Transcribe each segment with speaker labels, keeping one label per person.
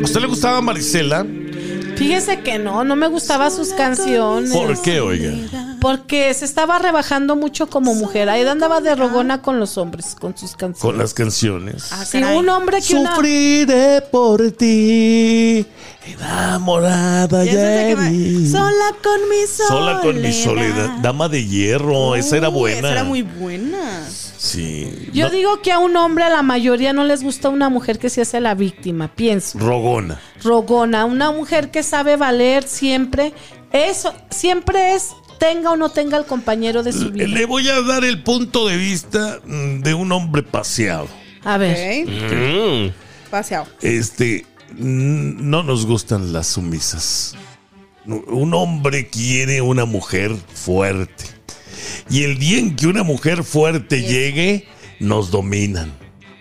Speaker 1: ¿A usted le gustaba Marisela?
Speaker 2: Fíjese que no, no me gustaban sus canciones.
Speaker 1: ¿Por qué, oiga?
Speaker 2: Porque se estaba rebajando mucho como mujer. Ahí andaba de rogona con los hombres, con sus
Speaker 1: Con
Speaker 2: canciones.
Speaker 1: las canciones.
Speaker 2: Si un hombre que una-
Speaker 1: Sufriré por ti, enamorada
Speaker 3: Ya sé
Speaker 1: ya
Speaker 3: que va- Sola con mi soledad.
Speaker 1: Sola con mi soledad. Dama de hierro, esa era
Speaker 3: Uy,
Speaker 1: buena.
Speaker 3: Esa era muy buena.
Speaker 1: Sí.
Speaker 2: Yo
Speaker 1: No-
Speaker 2: digo que a un hombre a la mayoría no les gusta una mujer que se hace la víctima, pienso.
Speaker 1: Rogona.
Speaker 2: Rogona, una mujer que sabe valer siempre, eso siempre es tenga o no tenga el compañero de su
Speaker 1: Le
Speaker 2: vida.
Speaker 1: le voy a dar el punto de vista mm, de un hombre paseado.
Speaker 2: A ver,
Speaker 3: Ok.
Speaker 1: Mm.
Speaker 3: Paseado.
Speaker 1: Este, mm, no nos gustan las sumisas. Un hombre quiere una mujer fuerte. Y el día en que una mujer fuerte llegue, nos dominan.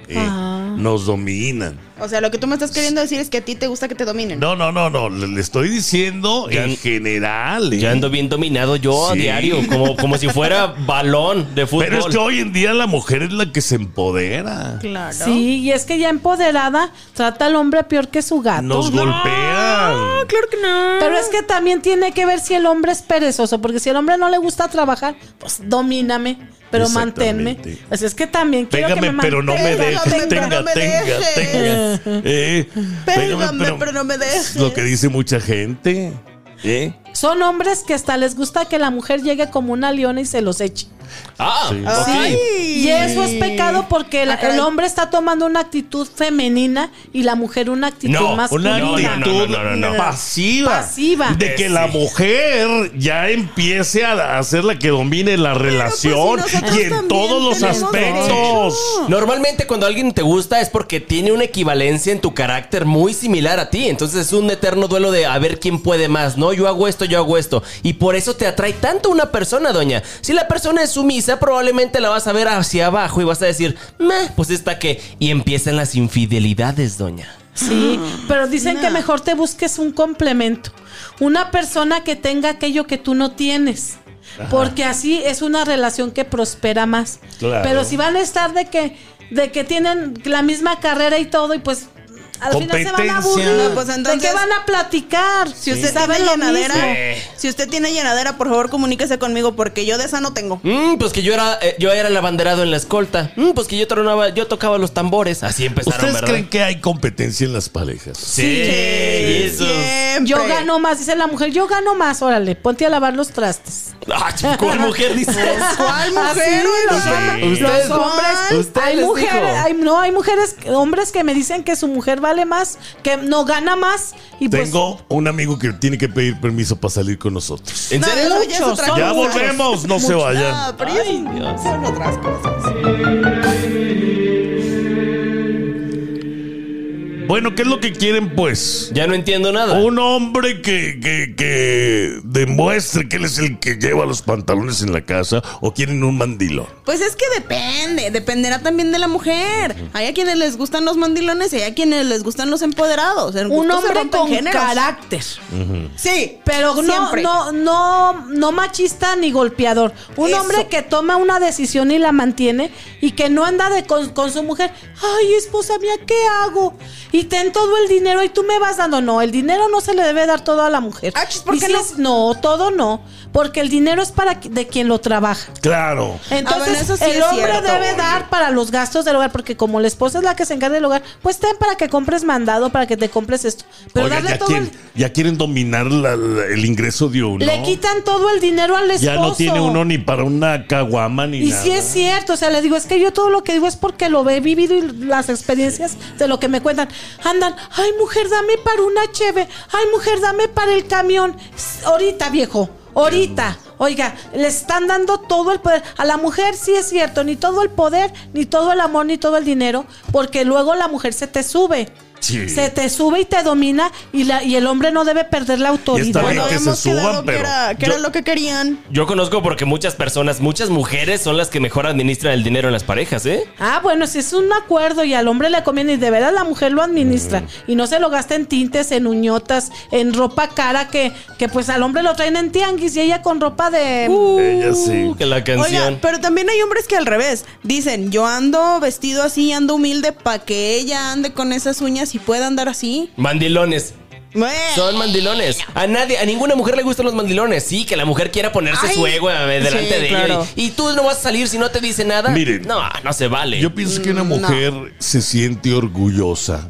Speaker 1: ¿eh?
Speaker 2: Ah.
Speaker 1: Nos dominan.
Speaker 3: O sea, lo que tú me estás queriendo decir es que a ti te gusta que te dominen.
Speaker 1: No, no, no, no. Le, le estoy diciendo
Speaker 4: Ya-
Speaker 1: en general. ¿eh?
Speaker 4: Ya ando bien dominado yo a
Speaker 1: Sí.
Speaker 4: diario, como, como si fuera balón de fútbol.
Speaker 1: Pero es que hoy en día la mujer es la que se empodera.
Speaker 3: Claro.
Speaker 2: sí, y es que ya empoderada trata al hombre peor que su gato.
Speaker 1: Nos golpean.
Speaker 3: No, claro que no.
Speaker 2: Pero es que también tiene que ver si el hombre es perezoso, porque si el hombre no le gusta trabajar, pues domíname, pero
Speaker 1: Exactamente.
Speaker 2: manténme. Pues es que también quiero que
Speaker 1: Pégame,
Speaker 2: me
Speaker 1: pero no me
Speaker 2: mantenga.
Speaker 3: mantenga,
Speaker 1: dejes. Tenga,
Speaker 3: no me- no me
Speaker 1: tenga,
Speaker 3: dejes.
Speaker 1: tenga. Eh,
Speaker 3: Pégame, pero no me dejes.
Speaker 1: Es Lo que dice mucha gente. ¿Eh?
Speaker 2: Son hombres que hasta les gusta que la mujer llegue como una leona y se los eche.
Speaker 4: Ah,
Speaker 1: Sí.
Speaker 4: ok.
Speaker 3: Ay.
Speaker 2: Y eso es pecado porque la-
Speaker 3: Ah, caray.
Speaker 2: el hombre está tomando una actitud femenina y la mujer una actitud
Speaker 4: No,
Speaker 2: masculina.
Speaker 1: Una
Speaker 4: No, no, no,
Speaker 1: actitud
Speaker 4: no, no, no, no.
Speaker 1: pasiva.
Speaker 2: Pasiva.
Speaker 1: De que la
Speaker 4: Sí.
Speaker 1: mujer ya empiece a a ser la que domine la relación
Speaker 3: pues si nosotros
Speaker 1: y en
Speaker 3: también
Speaker 1: todos los
Speaker 3: tenemos
Speaker 1: aspectos.
Speaker 3: derecho.
Speaker 4: Normalmente cuando alguien te gusta es porque tiene una equivalencia en tu carácter muy similar a ti. Entonces es un eterno duelo de a ver quién puede más, ¿no? Yo hago esto, yo hago esto. Y por eso te atrae tanto una persona, doña. Si la persona es sumisa, probablemente la vas a ver hacia abajo y vas a decir, "Meh, pues esta que... Y empiezan las infidelidades, doña.
Speaker 2: Sí, pero dicen que mejor te busques un complemento, una persona que tenga aquello que tú no tienes. Porque así es una relación que prospera más.
Speaker 1: Claro.
Speaker 2: Pero si van a estar de que, de que tienen la misma carrera y todo, y pues al final se van a aburrir.
Speaker 1: Competencia. Ah,
Speaker 3: No, pues,
Speaker 2: ¿De
Speaker 3: entonces-
Speaker 2: qué van a platicar?
Speaker 3: Si usted
Speaker 2: sabe
Speaker 3: sabe
Speaker 2: lo
Speaker 3: llenadera,
Speaker 2: mismo.
Speaker 3: si usted tiene llenadera, por favor comuníquese conmigo porque yo de esa no tengo.
Speaker 4: Mm, pues que yo era, eh, yo era el abanderado en la escolta. Mm, pues que yo tronaba, yo tocaba los tambores. Así empezaron,
Speaker 1: ¿Ustedes
Speaker 4: ¿verdad?
Speaker 1: creen que hay competencia en las parejas?
Speaker 4: Sí, eso.
Speaker 3: Siempre.
Speaker 2: Yo gano más, dice la mujer, yo gano más, órale, ponte a lavar los trastes.
Speaker 4: Ah, ¿Cuál mujer dice eso?
Speaker 3: ¿Cuál mujer?
Speaker 2: Así,
Speaker 3: oiga?
Speaker 2: los hombres-
Speaker 4: Ustedes-
Speaker 2: los hombres,
Speaker 4: Usted
Speaker 2: hay
Speaker 4: les
Speaker 2: mujeres,
Speaker 4: dijo.
Speaker 2: hay- no, hay mujeres, hombres que me dicen que su mujer vale más, que no gana más y pues
Speaker 1: Tengo un amigo que tiene que pedir permiso para salir con nosotros.
Speaker 4: ¿En
Speaker 3: No,
Speaker 4: serio?
Speaker 3: eso ya es otra
Speaker 2: Muchos,
Speaker 1: Ya
Speaker 3: cosa.
Speaker 1: volvemos, no se vayan.
Speaker 3: Ah, pero ya son- son otras cosas.
Speaker 1: Bueno, ¿qué es lo que quieren pues?
Speaker 4: Ya no entiendo nada.
Speaker 1: Un hombre que, que- que demuestre que él es el que lleva los pantalones en la casa o quieren un mandilón.
Speaker 3: Pues es que depende, dependerá también de la mujer. Hay a quienes les gustan los mandilones y hay a quienes les gustan los empoderados. En
Speaker 2: un
Speaker 3: gustos se
Speaker 2: hombre
Speaker 3: rompen
Speaker 2: con
Speaker 3: géneros.
Speaker 2: carácter,
Speaker 3: Sí,
Speaker 2: pero no,
Speaker 3: siempre.
Speaker 2: no, no, no machista ni golpeador. Un
Speaker 3: Eso.
Speaker 2: hombre que toma una decisión y la mantiene y que no anda de con, con su mujer, ay esposa mía, ¿qué hago? Y ten todo el dinero y tú me vas dando. No, el dinero no se le debe dar todo a la mujer.
Speaker 3: Ah, chis, ¿por
Speaker 2: Y
Speaker 3: qué
Speaker 2: si
Speaker 3: no?
Speaker 2: es- no, todo no, porque el dinero es para qui- de quien lo trabaja.
Speaker 1: Claro.
Speaker 2: Entonces,
Speaker 3: Ah, bueno, eso sí
Speaker 2: el
Speaker 3: es
Speaker 2: hombre
Speaker 3: cierto,
Speaker 2: debe
Speaker 3: oye.
Speaker 2: dar para los gastos del hogar, porque como la esposa es la que se encarga del hogar, pues ten para que compres mandado, para que te compres esto. Pero
Speaker 1: Oiga,
Speaker 2: darle
Speaker 1: ya,
Speaker 2: todo
Speaker 1: quieren,
Speaker 2: el-
Speaker 1: ya quieren dominar la- la- el ingreso de uno.
Speaker 2: le quitan todo el dinero al esposo.
Speaker 1: ya no tiene uno ni para una caguama ni
Speaker 2: Y
Speaker 1: nada.
Speaker 2: si es cierto, o sea, le digo, es que yo todo lo que digo es porque lo he vivido y las experiencias de lo que me cuentan. Andan, ay mujer, dame para una cheve, ay mujer, dame para el camión. S- Ahorita, viejo, ahorita. Oiga, le están dando todo el poder. A la mujer sí es cierto, ni todo el poder, ni todo el amor, ni todo el dinero, porque luego la mujer se te sube.
Speaker 1: Sí.
Speaker 2: Se te sube y te domina y, la, y el hombre no debe perder la autoridad.
Speaker 1: bien.
Speaker 3: Bueno,
Speaker 1: que se
Speaker 3: habíamos
Speaker 1: suban,
Speaker 3: quedado que
Speaker 1: pero
Speaker 3: era, que
Speaker 1: yo-
Speaker 3: era lo que querían.
Speaker 4: Yo conozco porque muchas personas, muchas mujeres son las que mejor administran el dinero en las parejas, ¿eh?
Speaker 2: Ah, bueno, si es un acuerdo y al hombre le conviene y de verdad la mujer lo
Speaker 1: Mm.
Speaker 2: administra y no se lo gasta en tintes, en uñotas, en ropa cara que, que pues al hombre lo traen en tianguis y ella con ropa de.
Speaker 1: Uh. Ella sí.
Speaker 4: Uh, Que la
Speaker 3: Oiga,
Speaker 4: canción.
Speaker 3: pero también hay hombres que al revés dicen, yo ando vestido así, ando humilde para que ella ande con esas uñas y pueda andar así.
Speaker 4: Mandilones.
Speaker 3: Bueno.
Speaker 4: Son mandilones. A nadie, a ninguna mujer le gustan los mandilones. Sí, que la mujer quiera ponerse
Speaker 3: Ay.
Speaker 4: su ego eh, delante
Speaker 3: Sí,
Speaker 4: de
Speaker 3: claro.
Speaker 4: ella. Y, y tú no vas a salir si no te dice nada.
Speaker 1: Miren.
Speaker 4: No, no se vale.
Speaker 1: Yo pienso que una mujer se siente orgullosa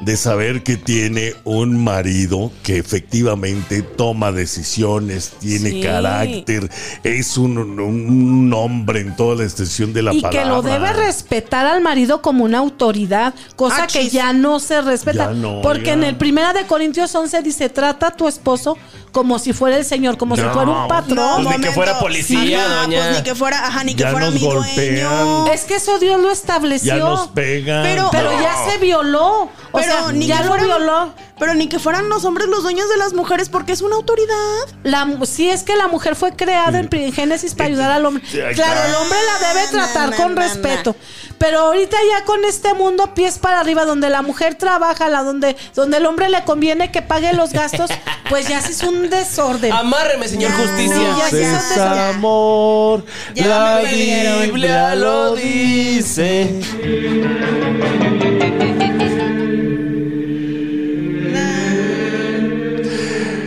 Speaker 1: de saber que tiene un marido que efectivamente toma decisiones, tiene
Speaker 2: Sí.
Speaker 1: carácter, es un, un hombre en toda la extensión de la
Speaker 2: y
Speaker 1: palabra.
Speaker 2: que lo debe respetar al marido como una autoridad, cosa
Speaker 3: Ah,
Speaker 2: que
Speaker 3: chis.
Speaker 2: ya no se respeta.
Speaker 1: Ya no,
Speaker 2: porque
Speaker 1: ya.
Speaker 2: en el Primera de Corintios 11 dice, trata a tu esposo como si fuera el Señor, como si
Speaker 1: No.
Speaker 2: fuera un
Speaker 3: No,
Speaker 2: patrón.
Speaker 4: Pues ni que fuera
Speaker 3: momento.
Speaker 4: policía,
Speaker 3: Ajá,
Speaker 4: doña.
Speaker 3: Pues ni que fuera, ajá, ni que
Speaker 1: Ya
Speaker 3: fuera
Speaker 1: nos
Speaker 3: mi
Speaker 1: golpean.
Speaker 3: dueño.
Speaker 2: Es que eso Dios lo estableció.
Speaker 1: Ya nos pegan.
Speaker 3: Pero-
Speaker 2: pero ya se violó. O
Speaker 3: Pero
Speaker 2: sea,
Speaker 3: ni
Speaker 2: ya
Speaker 3: que
Speaker 2: lo
Speaker 3: fueran-
Speaker 2: violó.
Speaker 3: Pero ni que fueran los hombres los dueños de las mujeres porque es una autoridad.
Speaker 2: La, mu- sí, es que la mujer fue creada en, pri- en Génesis para ayudar al hombre.
Speaker 1: Mm. Sí, ahí
Speaker 2: Claro,
Speaker 1: está.
Speaker 2: el hombre la debe
Speaker 3: Ah, Na,
Speaker 2: tratar
Speaker 3: na,
Speaker 2: con
Speaker 3: na,
Speaker 2: respeto. Pero ahorita ya con este mundo pies para arriba, donde la mujer trabaja, la donde, donde el hombre le conviene que pague los gastos, pues ya sí es un desorden.
Speaker 4: Amárreme, señor
Speaker 3: Ya,
Speaker 4: Justicia.
Speaker 3: no, ya,
Speaker 1: Es
Speaker 3: ya, ya.
Speaker 1: amor,
Speaker 3: Ya
Speaker 1: la
Speaker 3: me perdieron.
Speaker 1: Biblia lo dice.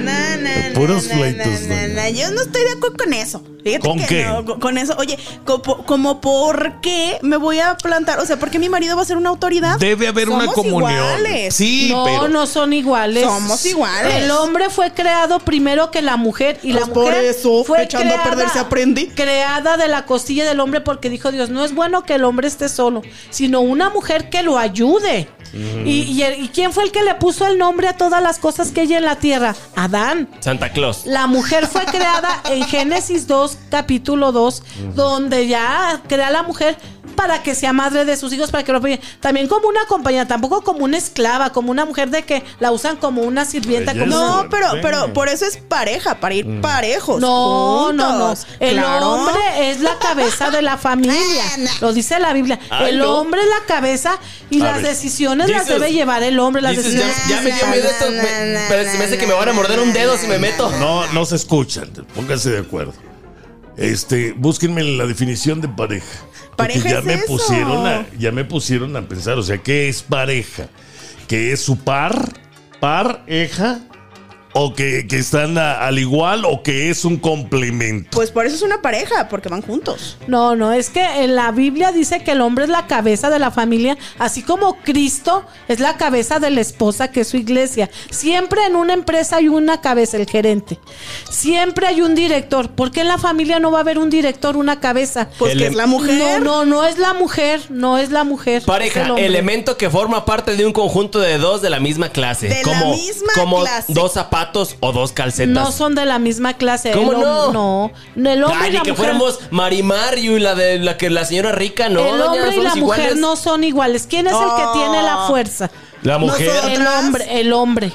Speaker 3: Na, na, na,
Speaker 1: Puros
Speaker 3: na,
Speaker 1: pleitos,
Speaker 3: na, na,
Speaker 1: doña.
Speaker 3: na. Yo no estoy de acuerdo con eso. Fíjate
Speaker 1: ¿Con
Speaker 3: que
Speaker 1: qué?
Speaker 3: no, co- con eso. Oye, co- po- como por qué me voy a plantar, o sea, ¿por qué mi marido va a ser una autoridad?
Speaker 1: Debe haber una
Speaker 3: Somos
Speaker 1: comunión.
Speaker 3: iguales.
Speaker 1: Sí,
Speaker 2: no,
Speaker 1: pero
Speaker 2: no son iguales.
Speaker 3: Somos iguales.
Speaker 2: El hombre fue creado primero que la mujer y la
Speaker 3: Pues por
Speaker 2: mujer
Speaker 3: eso,
Speaker 2: fue
Speaker 3: echando a perder se aprende.
Speaker 2: Creada de la costilla del hombre porque dijo Dios, no es bueno que el hombre esté solo, sino una mujer que lo ayude. y, y el- ¿Y quién fue el que le puso el nombre a todas las cosas que hay en la tierra? Adán.
Speaker 4: Santa Claus.
Speaker 2: La mujer fue creada en Génesis 2, capítulo 2, donde ya crea la mujer para que sea madre de sus hijos, para que lo apoye. También como una compañera, tampoco como una esclava, como una mujer de que la usan como una sirvienta.
Speaker 1: Ella
Speaker 2: Como
Speaker 1: es
Speaker 2: una-
Speaker 3: No, pero,
Speaker 1: Bueno.
Speaker 3: pero por eso es pareja, para
Speaker 1: Mm.
Speaker 3: ir parejos.
Speaker 2: No,
Speaker 3: juntos.
Speaker 2: no, no. El
Speaker 3: Claro.
Speaker 2: hombre es la cabeza de la familia. Lo dice la Biblia.
Speaker 4: Ay,
Speaker 2: el
Speaker 4: no.
Speaker 2: hombre es la cabeza y
Speaker 1: A
Speaker 2: las
Speaker 1: ver.
Speaker 2: decisiones las
Speaker 4: Jesus.
Speaker 2: debe llevar el hombre. Las
Speaker 4: Dices, ya,
Speaker 2: decisiones.
Speaker 4: ya me dio miedo esto. me- pero se me hace que me van a morder un dedo si me meto.
Speaker 1: no, no se escuchan. Pónganse de acuerdo. Este, búsquenme la definición de pareja. Porque
Speaker 3: Pareja
Speaker 1: ya
Speaker 3: es
Speaker 1: me
Speaker 3: eso.
Speaker 1: pusieron a, ya me pusieron a pensar, o sea, ¿qué es pareja? ¿Que es su par? ¿Pareja? ¿O que, que están a- al igual o que es un complemento?
Speaker 3: Pues por eso es una pareja, porque van juntos.
Speaker 2: No, no, es que en la Biblia dice que el hombre es la cabeza de la familia, así como Cristo es la cabeza de la esposa que es su iglesia. Siempre en una empresa hay una cabeza, el gerente. Siempre hay un director. ¿Por qué en la familia no va a haber un director, una cabeza?
Speaker 3: Pues
Speaker 4: El
Speaker 3: que
Speaker 4: em-
Speaker 3: es la
Speaker 2: No,
Speaker 3: mujer.
Speaker 2: no, no es la mujer, no es la mujer. es el
Speaker 4: Pareja,
Speaker 2: hombre.
Speaker 4: elemento que forma parte de un conjunto de dos de la misma clase.
Speaker 3: De la
Speaker 4: como
Speaker 3: misma
Speaker 4: como
Speaker 3: clase.
Speaker 4: dos zapatos o dos calcetas.
Speaker 2: No son de la misma clase.
Speaker 4: ¿Cómo
Speaker 2: el hom-
Speaker 4: no?
Speaker 2: No, el hombre
Speaker 4: Ay,
Speaker 2: y
Speaker 4: ni
Speaker 2: la
Speaker 4: que
Speaker 2: mujer.
Speaker 4: fuéramos Marimar y la de la que la señora rica, no,
Speaker 2: el
Speaker 4: doña,
Speaker 2: hombre y
Speaker 4: somos
Speaker 2: la mujer
Speaker 4: iguales.
Speaker 2: no son iguales. ¿Quién es el que
Speaker 3: No.
Speaker 2: tiene la fuerza?
Speaker 4: La mujer.
Speaker 3: Nosotros.
Speaker 2: El
Speaker 3: ¿Atrás?
Speaker 2: hombre, el hombre.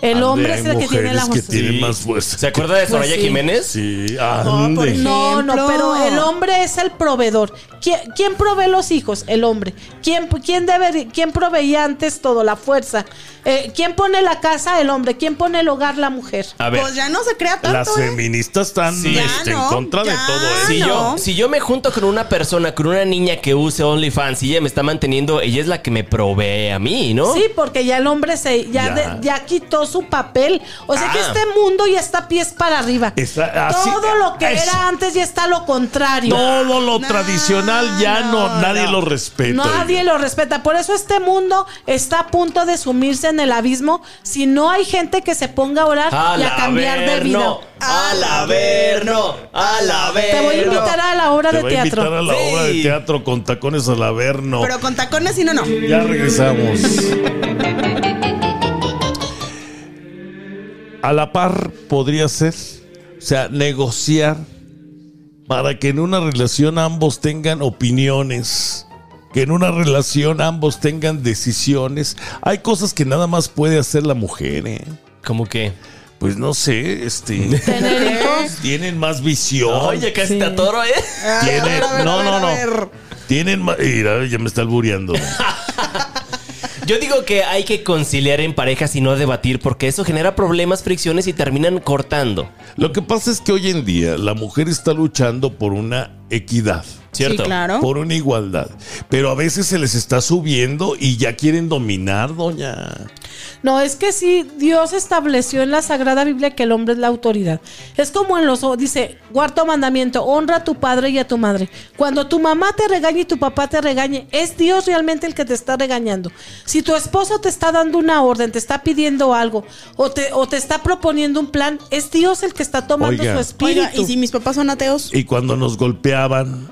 Speaker 2: El
Speaker 1: Ande,
Speaker 2: hombre es
Speaker 1: hay
Speaker 2: el que tiene la
Speaker 1: Ah, mujeres que
Speaker 2: fuerza.
Speaker 1: tienen
Speaker 4: Sí.
Speaker 1: más fuerza.
Speaker 4: ¿Se acuerda de Soraya
Speaker 2: Pues sí.
Speaker 4: Jiménez?
Speaker 1: Sí,
Speaker 3: No, por
Speaker 1: ande.
Speaker 3: ejemplo.
Speaker 2: No, no,
Speaker 3: Ejemplo.
Speaker 2: pero el hombre es el proveedor. ¿Quién, quién provee los hijos? El hombre. ¿Quién, quién, debe, quién proveía antes todo? La fuerza. Eh, ¿Quién pone la casa? El hombre. ¿Quién pone el hogar? La mujer.
Speaker 1: Ah,
Speaker 4: A ver.
Speaker 3: Pues ya no se crea tanto.
Speaker 1: Las
Speaker 3: ¿eh?
Speaker 1: feministas están
Speaker 4: Sí. Ya
Speaker 1: este,
Speaker 3: no,
Speaker 1: en contra de
Speaker 3: ya
Speaker 1: todo eso.
Speaker 4: Si
Speaker 3: no.
Speaker 2: Ah,
Speaker 4: yo, si yo me junto con una persona, con una niña que use OnlyFans y ella me está manteniendo, ella es la que me provee a mí, ¿no?
Speaker 2: Sí, porque ya el hombre se
Speaker 1: Ya.
Speaker 2: ya, de- ya quitó su papel. O sea que
Speaker 4: Ah.
Speaker 2: este mundo ya está pies para arriba.
Speaker 1: Está así-
Speaker 2: Todo lo que
Speaker 1: es-
Speaker 2: era antes ya está lo contrario.
Speaker 1: Todo lo
Speaker 3: No,
Speaker 1: tradicional ya no,
Speaker 3: no,
Speaker 1: nadie
Speaker 3: no.
Speaker 1: lo respeta.
Speaker 2: Nadie lo respeta. Por eso este mundo está a punto de sumirse en el abismo si no hay gente que se ponga a orar y a cambiar de vida.
Speaker 4: no. Al averno, al averno.
Speaker 2: Te voy a invitar a la obra
Speaker 1: Te
Speaker 2: de
Speaker 1: va a invitar
Speaker 2: teatro.
Speaker 1: a la
Speaker 4: Sí.
Speaker 1: obra de teatro con tacones al averno.
Speaker 3: Pero con tacones y no, no.
Speaker 1: Ya regresamos. A la par podría ser, o sea, negociar para que en una relación ambos tengan opiniones, que en una relación ambos tengan decisiones. Hay cosas que nada más puede hacer la mujer, ¿eh?
Speaker 4: ¿Cómo que?
Speaker 1: Pues no sé, este.
Speaker 2: Tener hijos.
Speaker 1: Tienen más visión.
Speaker 4: Oye, casi te atoro, ¿eh?
Speaker 1: Tienen-
Speaker 3: A ver, a ver,
Speaker 1: no,
Speaker 3: a ver,
Speaker 1: no,
Speaker 3: a ver.
Speaker 1: no. Tienen más. Mira, ya me está albureando.
Speaker 4: Yo Yo digo que hay que conciliar en parejas y no debatir porque eso genera problemas, fricciones y terminan cortando.
Speaker 1: Lo que pasa es que hoy en día la mujer está luchando por una equidad.
Speaker 4: ¿Cierto?
Speaker 3: Sí, claro.
Speaker 1: Por una igualdad. Pero a veces se les está subiendo y ya quieren dominar, doña.
Speaker 2: No, es que sí, Dios estableció en la Sagrada Biblia que el hombre es la autoridad. Es como en los, dice, cuarto mandamiento, honra a tu padre y a tu madre. Cuando tu mamá te regañe y tu papá te regañe, es Dios realmente el que te está regañando. Si tu esposo te está dando una orden, te está pidiendo algo o te, o te está proponiendo un plan, es Dios el que está tomando
Speaker 1: Oiga.
Speaker 2: su espíritu.
Speaker 3: Oiga, ¿y si mis papás son ateos?
Speaker 1: Y cuando nos golpeaban,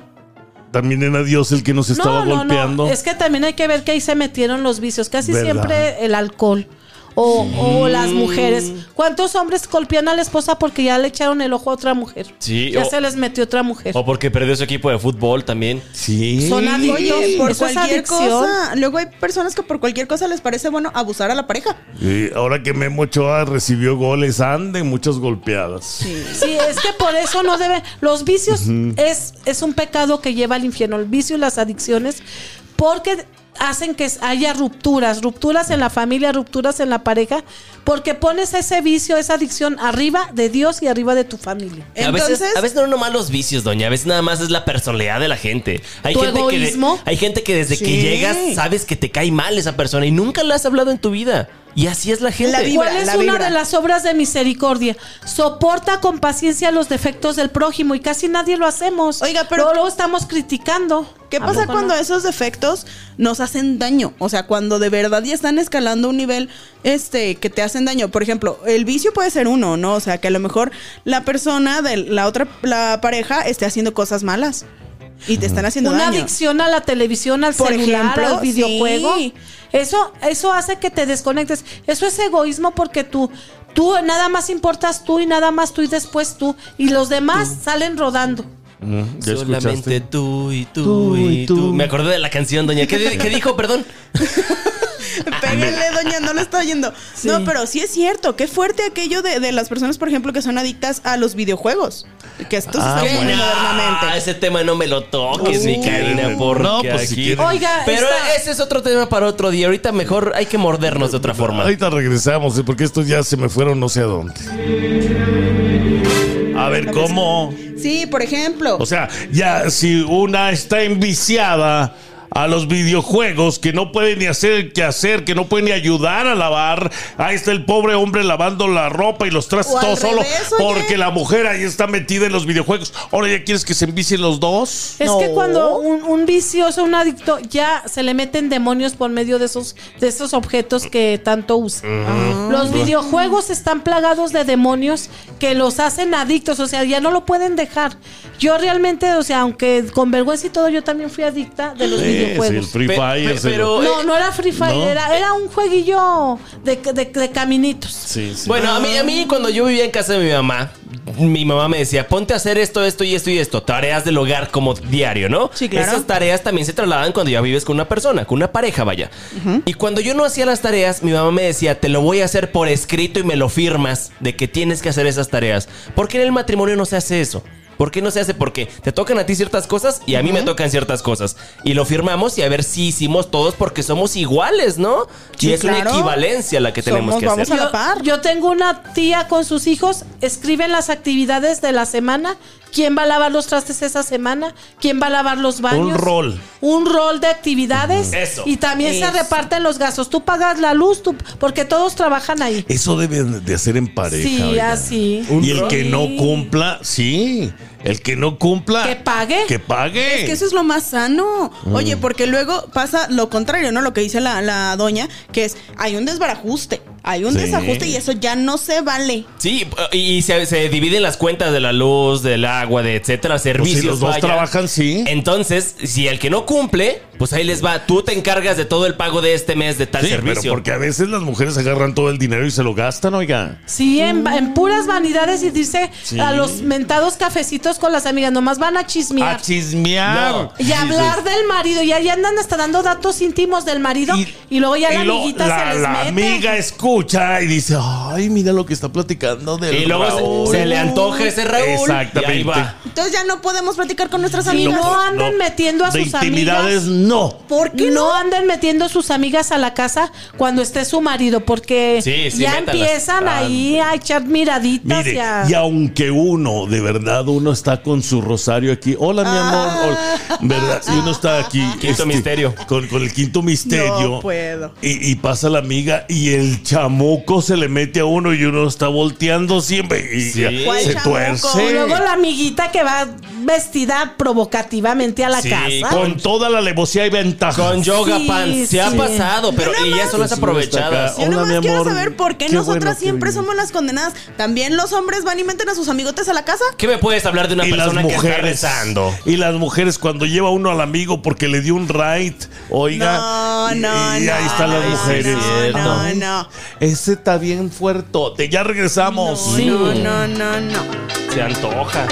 Speaker 1: también era Dios el que nos estaba golpeando.
Speaker 2: es que también hay que ver que ahí se metieron los vicios. Casi
Speaker 1: ¿Verdad?
Speaker 2: siempre el alcohol. O, o las mujeres. ¿Cuántos hombres golpean a la esposa porque ya le echaron el ojo a otra mujer?
Speaker 4: Sí,
Speaker 2: Ya
Speaker 4: o-
Speaker 2: se les metió otra mujer.
Speaker 4: O porque perdió su equipo de fútbol también.
Speaker 1: Sí.
Speaker 2: Son adictos.
Speaker 3: Oye, por
Speaker 2: Eso es
Speaker 3: cualquier
Speaker 2: adicción.
Speaker 3: cosa. Luego hay personas que por cualquier cosa les parece bueno abusar a la pareja.
Speaker 1: Y ahora que Memo Ochoa recibió goles, ande muchas golpeadas.
Speaker 2: Sí, es que por eso no debe. Los vicios es, es un pecado que lleva al infierno. El vicio y las adicciones. Porque hacen que haya rupturas, rupturas en la familia, rupturas en la pareja, porque pones ese vicio, esa adicción arriba de Dios y arriba de tu familia.
Speaker 4: a,
Speaker 3: Entonces,
Speaker 4: veces, a veces no nomás los vicios, doña. A veces nada más es la personalidad de la gente. Hay,
Speaker 2: ¿Tu
Speaker 4: gente,
Speaker 2: egoísmo?
Speaker 4: Que de- hay gente que desde que
Speaker 3: Sí.
Speaker 4: llegas sabes que te cae mal esa persona y nunca la has hablado en tu vida. Y así es la gente.
Speaker 3: La vi-
Speaker 2: ¿Cuál
Speaker 3: vibra,
Speaker 2: es
Speaker 3: la
Speaker 2: una
Speaker 3: vibra.
Speaker 2: de las obras de misericordia? Soporta con paciencia los defectos del prójimo y casi nadie lo hacemos.
Speaker 3: Oiga, pero-
Speaker 2: luego, luego estamos criticando.
Speaker 3: ¿Qué
Speaker 2: ¿A
Speaker 3: pasa
Speaker 2: poco
Speaker 3: cuando
Speaker 2: no?
Speaker 3: esos defectos nos hacen daño? O sea, cuando de verdad ya están escalando un nivel este que te hacen daño. Por ejemplo, el vicio puede ser uno, ¿no? O sea, que a lo mejor la persona de la otra la pareja esté haciendo cosas malas y te están haciendo
Speaker 2: una
Speaker 3: daño.
Speaker 2: adicción a la televisión, al
Speaker 3: Por
Speaker 2: celular,
Speaker 3: ejemplo,
Speaker 2: al videojuego.
Speaker 3: sí.
Speaker 2: Eso, eso hace que te desconectes. Eso es egoísmo porque tú, tú nada más importas tú y nada más tú y después tú y los demás salen rodando.
Speaker 1: Mm, ¿Ya
Speaker 4: Solamente
Speaker 1: escuchaste?
Speaker 4: tú y tú,
Speaker 1: Tú
Speaker 4: y
Speaker 1: y
Speaker 4: tú.
Speaker 1: tú.
Speaker 4: Me acordé de la canción, doña. ¿Qué, qué dijo? Perdón.
Speaker 3: Pégale, doña, no lo está oyendo.
Speaker 2: Sí.
Speaker 3: No, pero sí es cierto. Qué fuerte aquello de, de las personas, por ejemplo, que son adictas a los videojuegos. Que esto
Speaker 1: Ah,
Speaker 3: se está
Speaker 1: bueno.
Speaker 3: poniendo
Speaker 4: Ah,
Speaker 3: modernamente.
Speaker 4: ese tema no me lo toques, mi Karina, porque
Speaker 1: No, pues, si
Speaker 4: aquí-
Speaker 1: quieres.
Speaker 2: Oiga,
Speaker 4: Pero
Speaker 2: esta-
Speaker 4: ese es otro tema para otro día. Ahorita mejor hay que mordernos de otra forma.
Speaker 1: Ahorita regresamos, ¿eh? porque estos ya se me fueron no sé a dónde. A ver, ¿cómo?
Speaker 3: Sí, por ejemplo.
Speaker 1: O sea, ya si una está enviciada a los videojuegos, que no puede ni hacer el quehacer, que no puede ni ayudar a lavar, ahí está el pobre hombre lavando la ropa y los trastos
Speaker 3: O al
Speaker 1: todo solo,
Speaker 3: revés, oye.
Speaker 1: porque la mujer ahí está metida en los videojuegos. Ahora ya quieres que se envicien los dos.
Speaker 2: Es que
Speaker 3: No.
Speaker 2: cuando un, un vicioso, un adicto, ya se le meten demonios por medio de esos, de esos objetos que tanto usa. Los videojuegos están plagados de demonios que los hacen adictos, o sea, ya no lo pueden dejar. Yo realmente, o sea, aunque con vergüenza y todo, yo también fui adicta de los
Speaker 1: Sí, sí, el
Speaker 2: videojuegos.
Speaker 1: Free
Speaker 4: Pe-
Speaker 1: Fire.
Speaker 4: pe-
Speaker 1: se lo-
Speaker 4: pero-
Speaker 2: No, no era Free Fire,
Speaker 1: No.
Speaker 2: era, era un jueguillo de, de- de caminitos.
Speaker 1: Sí, sí.
Speaker 4: Bueno, a mí, a mí cuando yo vivía en casa de mi mamá, mi mamá me decía, ponte a hacer esto, esto y esto y esto, tareas del hogar como diario, ¿no?
Speaker 3: Sí, claro.
Speaker 4: Esas tareas también se trasladan cuando ya vives con una persona, con una pareja, vaya. Y cuando yo no hacía las tareas, mi mamá me decía, te lo voy a hacer por escrito y me lo firmas de que tienes que hacer esas tareas. ¿Por qué en el matrimonio no se hace eso? ¿Por qué no se hace? Porque te tocan a ti ciertas cosas y a mí me tocan ciertas cosas. Y lo firmamos y a ver si hicimos todos porque somos iguales, ¿no? y
Speaker 3: Sí,
Speaker 4: es una
Speaker 3: claro.
Speaker 4: equivalencia la que tenemos
Speaker 3: Somos-
Speaker 4: que
Speaker 3: vamos
Speaker 4: hacer.
Speaker 3: a la par.
Speaker 2: Yo tengo una tía con sus hijos, escriben las actividades de la semana. ¿Quién va a lavar los trastes esa semana? ¿Quién va a lavar los baños?
Speaker 1: Un rol.
Speaker 2: Un rol de actividades.
Speaker 4: Eso.
Speaker 2: Y también
Speaker 3: Eso.
Speaker 2: se reparten los gastos. Tú pagas la luz, tú, porque todos trabajan ahí.
Speaker 1: Eso deben de hacer en pareja.
Speaker 2: Sí,
Speaker 1: oiga.
Speaker 2: así.
Speaker 1: Y el que no cumpla, sí. El que no cumpla.
Speaker 2: Que pague.
Speaker 1: Ah, Que Mm. pague.
Speaker 3: Es que eso es lo más sano. Oye, porque luego pasa lo contrario, ¿no? Lo que dice la, la doña, que es, hay un desbarajuste, hay un
Speaker 1: Sí.
Speaker 3: desajuste y eso ya no se vale.
Speaker 4: Sí, y y se, se dividen las cuentas de la luz, del agua, de etcétera,
Speaker 1: Pues
Speaker 4: servicios.
Speaker 1: si los dos
Speaker 4: vaya.
Speaker 1: trabajan, sí.
Speaker 4: Entonces, si el que no cumple, pues ahí les va. Tú te encargas de todo el pago de este mes de tal
Speaker 1: Sí,
Speaker 4: servicio.
Speaker 1: pero porque a veces las mujeres agarran todo el dinero y se lo gastan, oiga.
Speaker 2: Sí, en, en puras vanidades y dice
Speaker 1: Sí.
Speaker 2: a los mentados cafecitos con las amigas, nomás van a chismear.
Speaker 1: A chismear.
Speaker 4: No.
Speaker 2: y hablar del marido, y ahí andan hasta dando datos íntimos del marido y, luego ya la
Speaker 1: y luego
Speaker 2: amiguita
Speaker 1: la-
Speaker 2: se les
Speaker 1: la
Speaker 2: mete.
Speaker 1: amiga escucha y dice, ay, mira lo que está platicando del
Speaker 4: y luego
Speaker 1: Raúl".
Speaker 4: se, se le antoja ese Raúl.
Speaker 1: Exactamente.
Speaker 4: Y ahí va.
Speaker 3: Entonces ya no podemos platicar con nuestras
Speaker 2: Y
Speaker 3: amigas.
Speaker 2: no anden metiendo a
Speaker 1: de
Speaker 2: sus amigas.
Speaker 1: intimidades, No.
Speaker 2: ¿Por qué no? anden metiendo sus amigas a la casa cuando esté su marido, porque
Speaker 4: Sí, sí,
Speaker 2: ya
Speaker 4: métalas.
Speaker 2: empiezan
Speaker 4: Ah.
Speaker 2: ahí a echar miraditas
Speaker 1: Mire,
Speaker 2: y a-
Speaker 1: y aunque uno, de verdad, uno está con su rosario aquí. Hola, mi amor. Hola, ¿Verdad? Y uno está aquí.
Speaker 4: Ah.
Speaker 1: este,
Speaker 4: Quinto misterio. pues.
Speaker 1: Con, con el quinto misterio.
Speaker 3: No puedo.
Speaker 1: Y, y pasa la amiga y el chamuco se le mete a uno y uno está volteando siempre. Y
Speaker 4: Sí.
Speaker 1: ya
Speaker 4: ¿Cuál
Speaker 1: se
Speaker 3: chamuco?
Speaker 2: Y
Speaker 1: tuerce.
Speaker 2: luego la amiguita que va vestida provocativamente a la
Speaker 4: Sí,
Speaker 2: casa.
Speaker 1: Con toda la alevosía y ventaja.
Speaker 4: Ah. Con yoga
Speaker 2: Sí,
Speaker 4: pants. Se ha
Speaker 2: sí.
Speaker 4: pasado, pero y ya son las aprovechadas.
Speaker 1: Hola,
Speaker 3: Yo nomás
Speaker 1: mi
Speaker 3: quiero
Speaker 1: amor.
Speaker 3: saber por qué,
Speaker 1: Qué
Speaker 3: nosotras
Speaker 1: bueno que
Speaker 3: siempre
Speaker 1: viniste.
Speaker 3: somos las condenadas. ¿También los hombres van y meten a sus amigotes a la casa?
Speaker 4: ¿Qué me puedes hablar de una
Speaker 1: y las
Speaker 4: persona que está
Speaker 1: mujeres
Speaker 4: rezando?
Speaker 1: y las mujeres cuando lleva uno al amigo porque le dio un ride oiga
Speaker 3: No, no,
Speaker 1: y, y ahí
Speaker 3: no,
Speaker 1: están las
Speaker 4: no,
Speaker 1: mujeres
Speaker 4: no,
Speaker 1: Ah,
Speaker 3: no.
Speaker 1: ese está Oh, bien fuertote ya regresamos
Speaker 3: No, no, no, no.
Speaker 4: Se antoja.